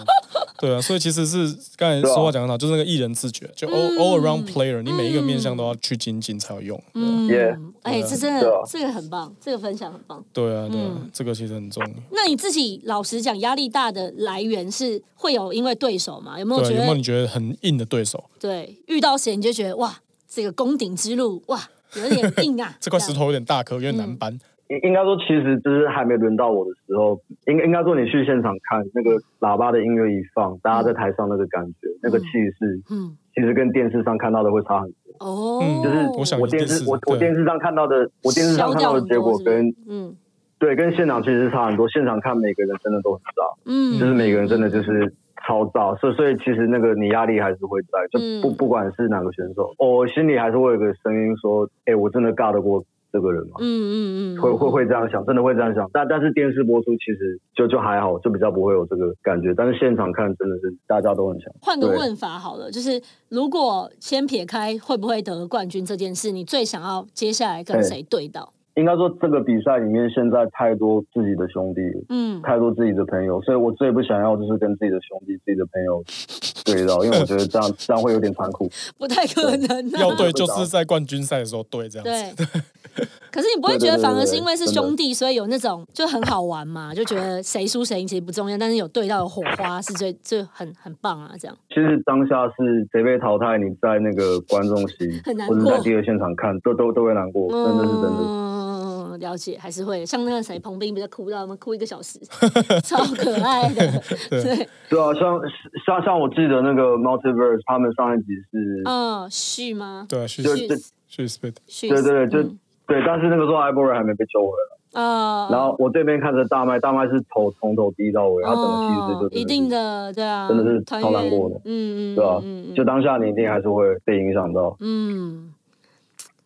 对啊，所以其实是刚才说话讲得好，就是那个艺人自觉，就 all、all around player，你每一个面向都要去精进才有用。嗯 Yeah，哎，这真对的啊这个很棒，这个分享很棒。对啊，对啊，这个其实很重要。那你自己老实讲，压力大的来源是会有因为对手吗？有没有对啊，觉有没有得你觉得很硬的对手？，对遇到谁你就觉得哇，这个攻顶之路哇有点硬啊 嗯这块石样头有点大颗，有点难搬。应应该说，其实就是还没轮到我的时候，应应该说你去现场看那个喇叭的音乐一放，大家在台上那个感觉、那个气势，嗯其实跟电视上看到的会差很多。哦，嗯就是我想我电电视视我我对电视上看到的，我电视上消看掉到的很结果多是不是跟嗯对跟现场其实差很多。现场看每个人真的都很炸，嗯，就是每个人真的就是超炸，所以所以其实那个你压力还是会在，就不嗯不管是哪个选手，我心里还是会有个声音说，哎、我真的尬得过这个人吗？嗯嗯嗯，会会会这样想，真的会这样想，但但是电视播出其实就就还好，就比较不会有这个感觉，但是现场看真的是大家都很强。换个对问法好了，就是如果先撇开会不会得冠军这件事，你最想要接下来跟哎谁对到？应该说这个比赛里面现在太多自己的兄弟了，嗯，太多自己的朋友，所以我最不想要就是跟自己的兄弟、自己的朋友 对到，因为我觉得这样这样会有点残酷。不太可能、啊。要对， 就是在冠军赛的时候对这样子。对， 可是你不会觉对对得对反而是对因为是真的兄弟，所以有那种就很好玩嘛，就觉得谁输谁赢其实不重要，但是有对到有火花是最最很很棒啊，这样。其实当下是谁被淘汰，你在那 个观众席很难或过者在第二现场看，都都都会难过，真的是真的。嗯，了解，还是会像那个谁彭斌，不是哭到我们哭一个小 时，超可爱的。对，对啊，像像像我记得那个 Multiverse，他们上一集是，嗯，续吗？对啊，去就续就去 spit。续，对对对，就、嗯对，但是那个时候艾伯瑞还没被救回来，啊，然后我这边看着大麦，大麦是头从头低到尾，他整个气势就哦真是一定的，对啊，真的是团超难员过的嗯嗯，对啊嗯，就当下你一定还是会被影响到。嗯，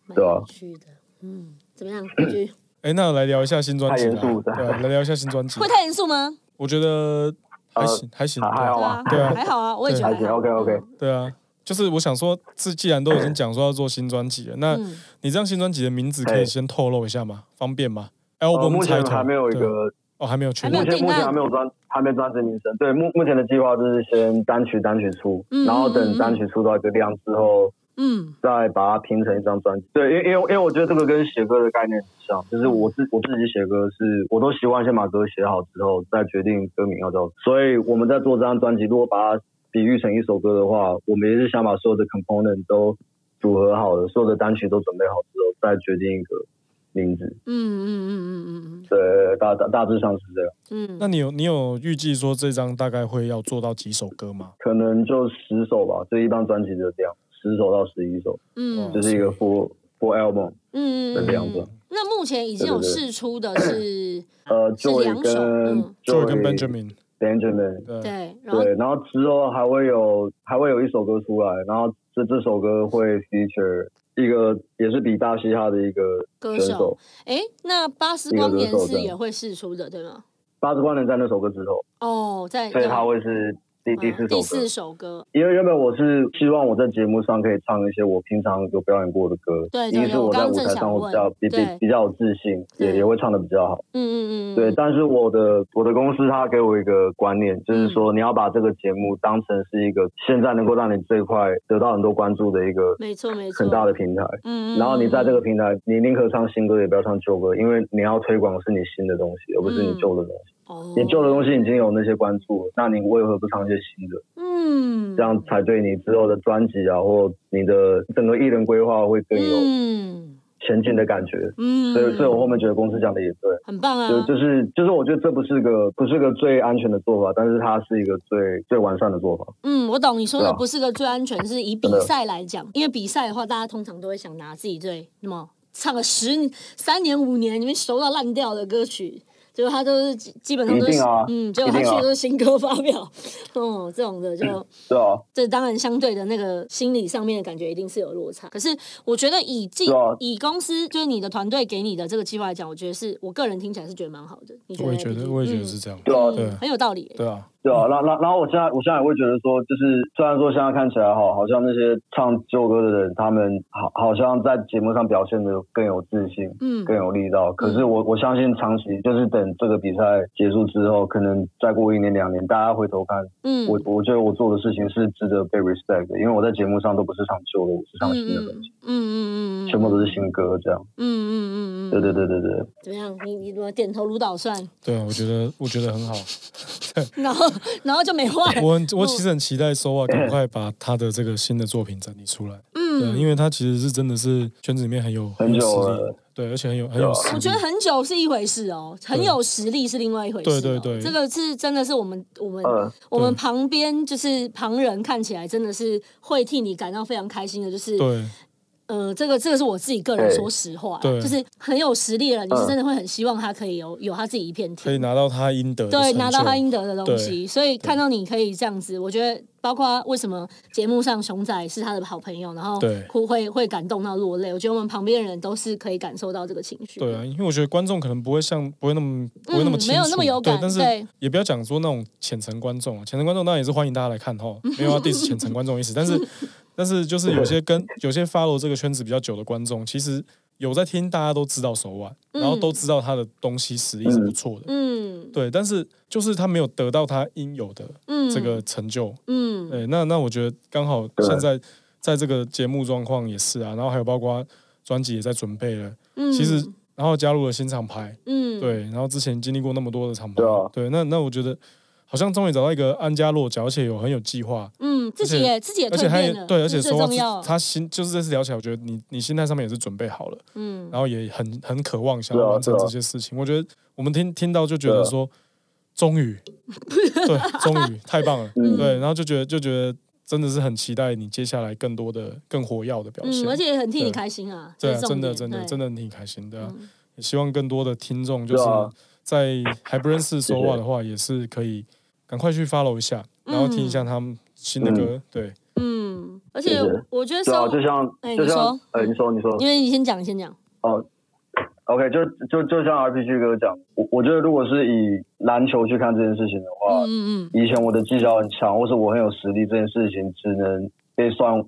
蛮对啊有趣的，嗯，怎么样？感觉哎，那来聊一下新专辑太严肃吧。对啊，来聊一下新专辑会。太严肃吗？我觉得还行，还行，还对啊好对啊啊，对啊还好啊，我也觉得还行还好，OK，OK 嗯对啊，就是我想说，这既然都已经讲说要做新专辑了，那嗯你这样新专辑的名字可以哎先透露一下吗？方便吗呃， ？album 哎目 title 前还没有一对个，哦，还没有确还定没目有。定前目前案还没有专还没专辑名称。对，目目前的计划就是先单曲单曲出嗯，然后嗯嗯等嗯单曲出到一个量之后，嗯再把它拼成一张专辑。对，因为因为因为我觉得这个跟写歌的概念很像，就是我自我自己写歌是，我都习惯先把歌写好之后，再决定歌名要叫什么。所以我们在做这张专辑，如果把它比喻成一首歌的话，我们也是想把所有的 component 都组合好了，所有的单曲都准备好之后，再决定一个名字。嗯嗯嗯嗯嗯对，大大大致上是这样，嗯那嗯，你有你有预计说这张大概会要做到几首歌吗？可能就十首吧，这一张专辑就这样，十首到十一首，嗯这是一个 full full album 嗯的量子。那目前已经有对对对试出的是，呃是，Joy 两首跟嗯 Joy 跟 Benjamin， Benjamin，对，对，然后对，然后之后还会有还会有一首歌出来，然后这这首歌会 feature 一个也是比大嘻哈的一个歌选手手，哎，那巴斯一个光歌年手是这样也会试出的，对吗？八十光年在那首歌之后，哦，在所以他会是第第四首歌。第四首歌，因为原本我是希望我在节目上可以唱一些我平常有表演过的歌，对对一对是我在舞台上会我刚刚正比较比想问比对比较有自信，对也也会唱的比较好。嗯嗯嗯，嗯对，，但是我的我的公司它给我一个观念，嗯就是说你要把这个节目当成是一个现在能够让你最快得到很多关注的一个没错没错，很大的平台。嗯，嗯，然后你在这个，个平台，你宁可唱新歌，也不要唱旧歌，因为你要推广的是你新的东西，而不嗯是你旧的东西。哦你旧的东西已经有那些关注了，那你为何不唱一些新的？嗯，这样才对你之后的专辑啊，或你的整个艺人规划会更有嗯前进的感觉。嗯，所以，所以我后面觉得公司讲的也对，很棒啊，就就是就是，我觉得这不是个不是个最安全的做法，但是它是一个最最完善的做法。嗯，我懂你说的对啊不是个最安全，是以比真的赛来讲，因为比赛的话，大家通常都会想拿自己最那么唱了十三年五年，你们熟到烂掉的歌曲，结果他都是基基本上都一是、定啊嗯，结果他一去定啊都是新歌发表， 哦，这种的就。对啊，这当然相对的那个心理上面的感觉一定是有落差。可是我觉得以进、是啊以公司就是你的团队给你的这个计划来讲，我觉得是我个人听起来是觉得蛮好的。你觉得我呢？也觉 Vicky？得，我也觉得嗯是这样。对啊嗯对很有道理耶、对啊，对啊。然然然后我现在我现在也会觉得说，就是虽然说现在看起来好好像那些唱旧歌的人，他们好好像在节目上表现的更有自信，嗯更有力道。可是我我相信长期就是等这个比赛结束之后，可能再过一年两年，大家回头看，嗯，我我觉得我做的事情是值得被 respect 的，因为我在节目上都不是唱旧的，我是唱嗯新的嗯东西，嗯嗯嗯，全部都嗯是新歌这样。嗯嗯嗯嗯，对对对对对，怎么样？你你怎么点头如捣蒜，对啊，我觉得我觉得 很好。然后然后就没话了。我很我其实很期待 SOA 赶快把他的这个新的作品整理 出来，对，嗯，因为他其实是真的是圈子里面很有很有很久实了力的，对，而且很有很有对啊实力。我觉得很久是一回事哦，很有实力是另外一回事、哦。对对对这个是真的是我们我们、嗯我们旁边就是旁人看起来真的是会替你感到非常开心的，就是对呃，这个这个是我自己个人对说实话啊，对就是很有实力了，你是嗯真的会很希望他可以有有他自己一片可以天。拿到他应得的对，成拿到就他应得的东西，对所以看到你可以这样子，我觉得包括为什么节目上熊仔是他的好朋友，然后对哭会会感动到落泪，我觉得我们旁边的人都是可以感受到这个情绪。对啊，，因为我觉得观众可能不会像不会那么不会那么嗯清楚、没有那么有对感但是对也不要讲说那种浅层观众啊，浅层观众当然也是欢迎大家来看 哈，没有要啊 diss 浅层观众的意思，但是但是就是有些跟有些 follow 这个圈子比较久的观众，其实有在听，大家都知道手腕，然后都知道他的东西实力是不错的，嗯对，但是就是他没有得到他应有的嗯，这个成就，嗯对，那那我觉得刚好对现在在这个节目状况也是啊，然后还有包括专辑也在准备了，嗯，其实然后加入了新厂牌。嗯对，然后之前经历过那么多的厂牌，对啊那那我觉得好像终于找到一个安家落脚，而且有很有计划，嗯自己而且也自己也而蜕且他也变了，对，而且这是最说话重要，他心就是这次聊起来，我觉得你你心态上面也是准备好了，嗯然后也很很渴望想对要啊完成对啊这些事情。我觉得我们听听到就觉得对啊说，终 于，对，终于太棒了，嗯对，然后就觉得就觉得真的是很期待你接下来更多的更活跃的表现，嗯，而且也很替你对开心啊，对啊，这是重真的点真的对真的挺开心的、啊嗯也希望更多的听众就是对啊在还不认识说话的话，也是可以赶快去 follow 一下，然后听一下他们新的歌。对，嗯，而且谢谢我觉得对啊，稍就像哎就你像说呃，你说你说，因为你先讲，你先讲，哦，OK，就就就像 RPG 哥讲，我我觉得如果是以篮球去看这件事情的话，嗯嗯以前我的技巧很强，或是我很有实力，这件事情只能被算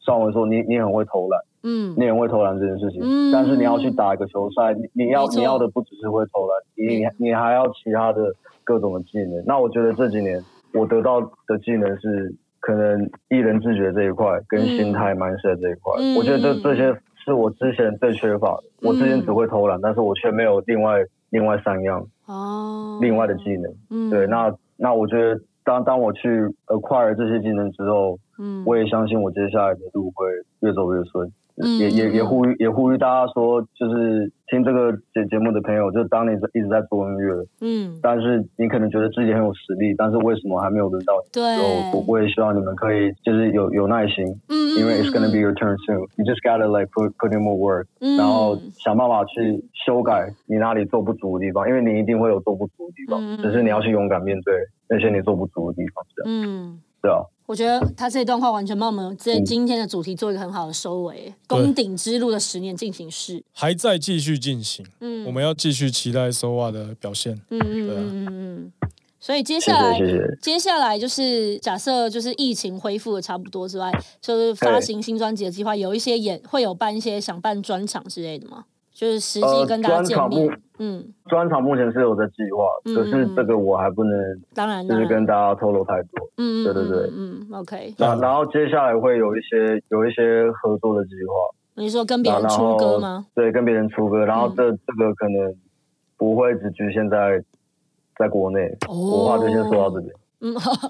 算为说你你很会投篮，嗯你很会投篮这件事情。嗯但是你要去打一个球赛，你你要没错你要的不只是会投篮，你你你还要其他的各种的技能。那我觉得这几年我得到的技能是可能艺人自觉这一块跟嗯心态 mindset 这一块，嗯我觉得这这些是我之前最缺乏的。我之前只会投篮，但是我却没有另外另外三样嗯，哦，另外的技能。嗯，对，那那我觉得当当我去 acquire 这些技能之后，嗯我也相信我接下来的路会越走越顺。嗯也也嗯也嗯呼吁也呼吁大家说，就是听这个节节目的朋友，就当你一直在做音乐，嗯但是你可能觉得自己很有实力，但是为什么还没有轮到你？对，然后我我也希望你们可以就是有有耐心，嗯，因为 it's gonna be 嗯 your turn soon. You just gotta like put put in more work，、嗯然后想办法去修改你哪里做不足的地方，因为你一定会有做不足的地方，嗯嗯只是你要去勇敢面对那些你做不足的地方，这样嗯。对啊，我觉得他这段话完全帮我们这今天的主题做一个很好的收尾，攻顶之路的十年进行式。还在继续进行，嗯，我们要继续期待 SOA 的表现。嗯嗯对啊嗯嗯嗯，所以接谢下来谢谢谢。接下来就是假设就是疫情恢复的差不多之外，就是发行新专辑的计划，有一些演会有办一些想办专场之类的吗？就是实际呃跟大家见专面。场嗯，专场目前是有在计划，嗯可是这个我还不能当然，就当是然，跟大家透露太多。嗯嗯对对对嗯嗯嗯，OK。然然后接下来会有一些有一些合作的计划，你说跟别人然后出歌吗？嗯对，跟别人出歌，然后这、这个可能不会只局限在在国内，哦我话就先说到这边。嗯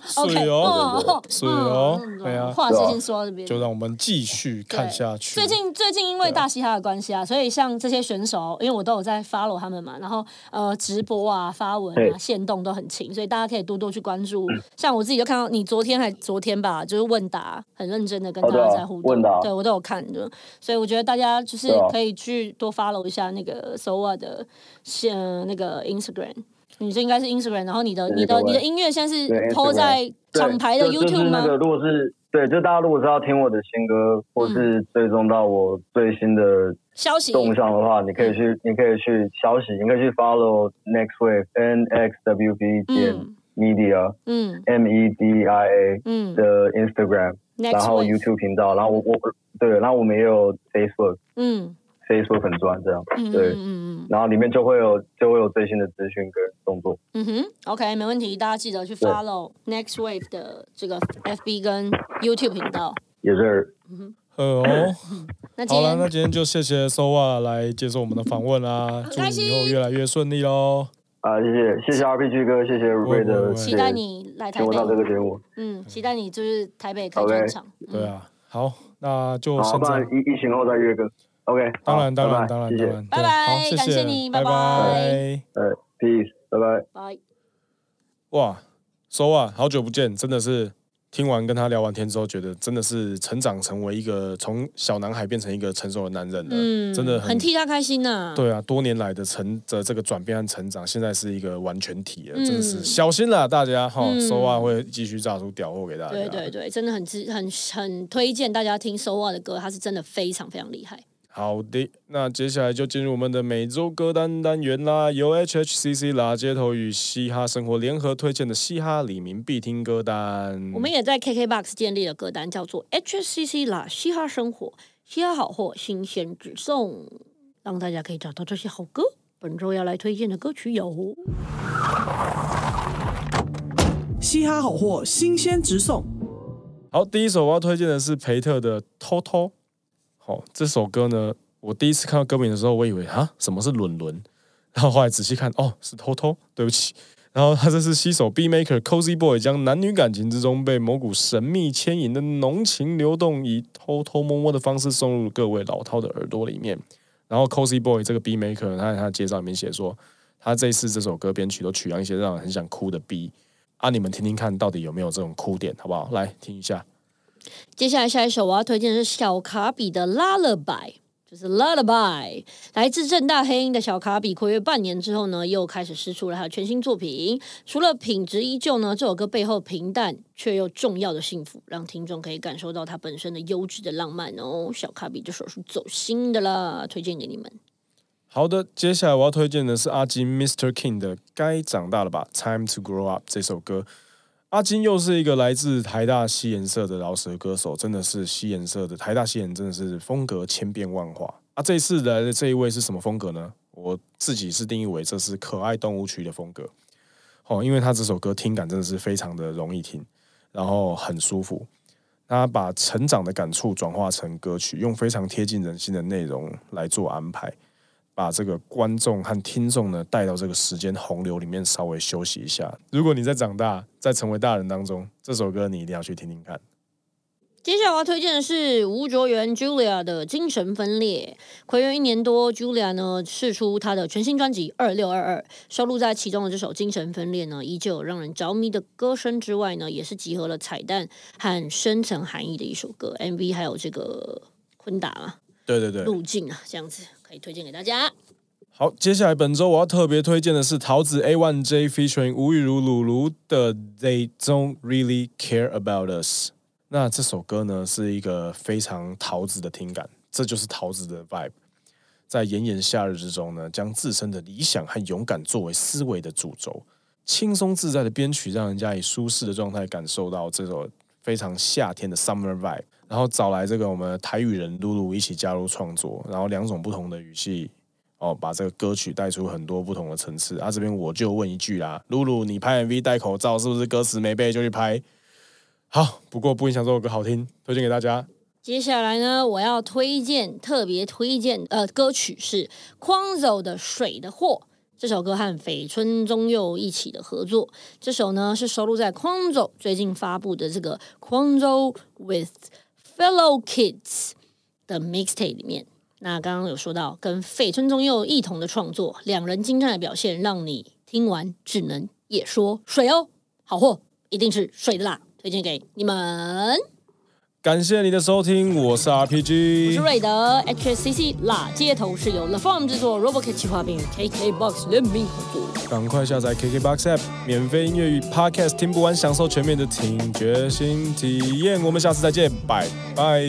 是，OK，哦哦，是哦嗯对啊话是先说到这边。就让我们继续看下去。最近最近因为大嘻哈的关系啊，所以像这些选手，因为我都有在 follow 他们嘛，然后呃直播啊、发文啊、对嗯限动都很勤，所以大家可以多多去关注。像我自己就看到你昨天还昨天吧，就是问答很认真的跟哦大对啊家在互动，问答对我都有看的，所以我觉得大家就是对啊可以去多 follow 一下那个 Soa 的呃那个 Instagram。你这应该是 Instagram，然后你的对你的对你的音乐现在是对 PO Instagram 在对厂牌的就就是 YouTube 那吗个，？如果是对，就大家如果是要听我的新歌，嗯或是追踪到我最新的消息动向的话，你可以去，你可以去消息，你可以去 follow Next Wave N X W V 点嗯 Media 嗯 M E D I A 嗯的 Instagram， ，Next 然后 Wave YouTube 频道，然后我我对，然后我们也有 Facebook 嗯。 Facebook 粉专这样，嗯对嗯嗯然后里面就会有就会有最新的资讯跟动作。嗯哼，OK，没问题，大家记得去 follow Next Wave 的这个 FB 跟 YouTube 频道。也是呃哦，那今好了，天那今天就谢谢 Soa 来接受我们的访问啦，祝开你心以后越来越顺利喽。啊，谢谢谢谢 RPG 哥，谢谢瑞不会不会的期待你来台请我北到，这个节目。嗯，期待你就是台北开专 OK 场。对啊，好，那就好，现不在然，疫疫情后再约个。OK，当好然，当拜拜然，当然，谢谢当，然，拜对啊拜好，谢感谢谢你拜拜拜拜。呃，peace，拜拜。拜。哇，Soa，好久不见，真的是。听完跟他聊完天之后，觉得真的是成长成为一个从小男孩变成一个成熟的男人了，嗯，真的很替他开心呐。对啊，多年来的成的这个转变和成长，现在是一个完全体了，真的是嗯小心啦，大家哈嗯，SOA 会继续炸出屌货给大家。对对对，真的很支很很推荐大家听 Soa 的歌，他是真的非常非常厉害。好的，那接下来就进入我们的每周歌单单元啦，由 HHCC 啦街头与嘻哈生活联合推荐的嘻哈李明必听歌单。我们也在 KKBOX 建立了歌单，叫做 HCC 啦，嘻哈生活，嘻哈好货新鲜直送，让大家可以找到这些好歌。本周要来推荐的歌曲有嘻哈好货新鲜直送，好，第一首我要推荐的是培特的《偷偷》。好，这首歌呢，我第一次看到歌名的时候，我以为啊，什么是伦伦， 然后后来仔细看，哦，是偷偷，对不起。然后他这是携手 B Maker Cozy Boy，将男女感情之中被某股神秘牵引的浓情流动，以偷偷摸摸的方式送入各位老饕的耳朵里面。然后 Cozy Boy 这个 B Maker，他在他的介绍里面写说，他这次这首歌编曲都取样一些让人很想哭的 B 啊，你们听听看到底有没有这种哭点，好不好？来听一下。接下来下一首我要推荐的是小卡比的《Lullaby》，就是 Lullaby。来自正大黑鹰的小卡比，暌约半年之后呢，又开始试出了他的全新作品。除了品质依旧呢，这首歌背后平淡却又重要的幸福，让听众可以感受到它本身的优质的浪漫哦。小卡比这首是走心的啦，推荐给你们。好的，接下来我要推荐的是阿金 Mr. King 的《该长大了吧，Time to Grow Up》这首歌。阿金又是一个来自台大西研社的饶舌歌手，真的是西研社的台大西研真的是风格千变万化。啊，这一次来的这一位是什么风格呢？我自己是定义为这是可爱动物区的风格。哦，因为他这首歌听感真的是非常的容易听，然后很舒服。他把成长的感触转化成歌曲，用非常贴近人心的内容来做安排。把这个观众和听众呢带到这个时间洪流里面稍微休息一下。如果你在长大，在成为大人当中，这首歌你一定要去听听看。接下来我要推荐的是吴卓源 Julia 的《精神分裂》。暌违一年多，Julia 呢试出她的全新专辑《二六二二》，收录在其中的这首《精神分裂》呢，依旧有让人着迷的歌声之外呢，也是集合了彩蛋和深层含义的一首歌。MV 还有这个昆达啊对对对，路径啊，这样子可以推荐给大家。好，接下来本周我要特别推荐的是桃子 A One J featuring 吴玉如、鲁鲁的《They Don't Really Care About Us》。那这首歌呢是一个非常桃子的听感，这就是桃子的 vibe。在炎炎夏日之中呢，将自身的理想和勇敢作为思维的主轴，轻松自在的编曲，让人家以舒适的状态感受到这首非常夏天的 summer vibe。然后找来这个我们台语人露露一起加入创作，然后两种不同的语系。哦，把这个歌曲带出很多不同的层次啊！这边我就问一句啦，露露，你拍 MV 戴口罩是不是歌词没背就去拍？好，不过不影响这首歌好听，推荐给大家。接下来呢，我要推荐特别推荐呃歌曲是 Kwanzo 的《水的货》这首歌和绯村中佑一起的合作。这首呢是收录在 Kwanzo 最近发布的这个 Kwanzo with Fellow Kids 的 mixtape 里面。那刚刚有说到跟绯村中佑一同的创作，两人精湛的表现让你听完只能也说水哦，好货一定是水的啦，推荐给你们。感谢你的收听，我是我 RPG，是瑞德，HSCC 辣街头是由 The Farm 制作，Robocat 企划并与 KKBox 联名合作。赶快下载 KKBOX App，免费音乐与 Podcast 听不完，享受全面的听觉新体验。我们下次再见，拜拜。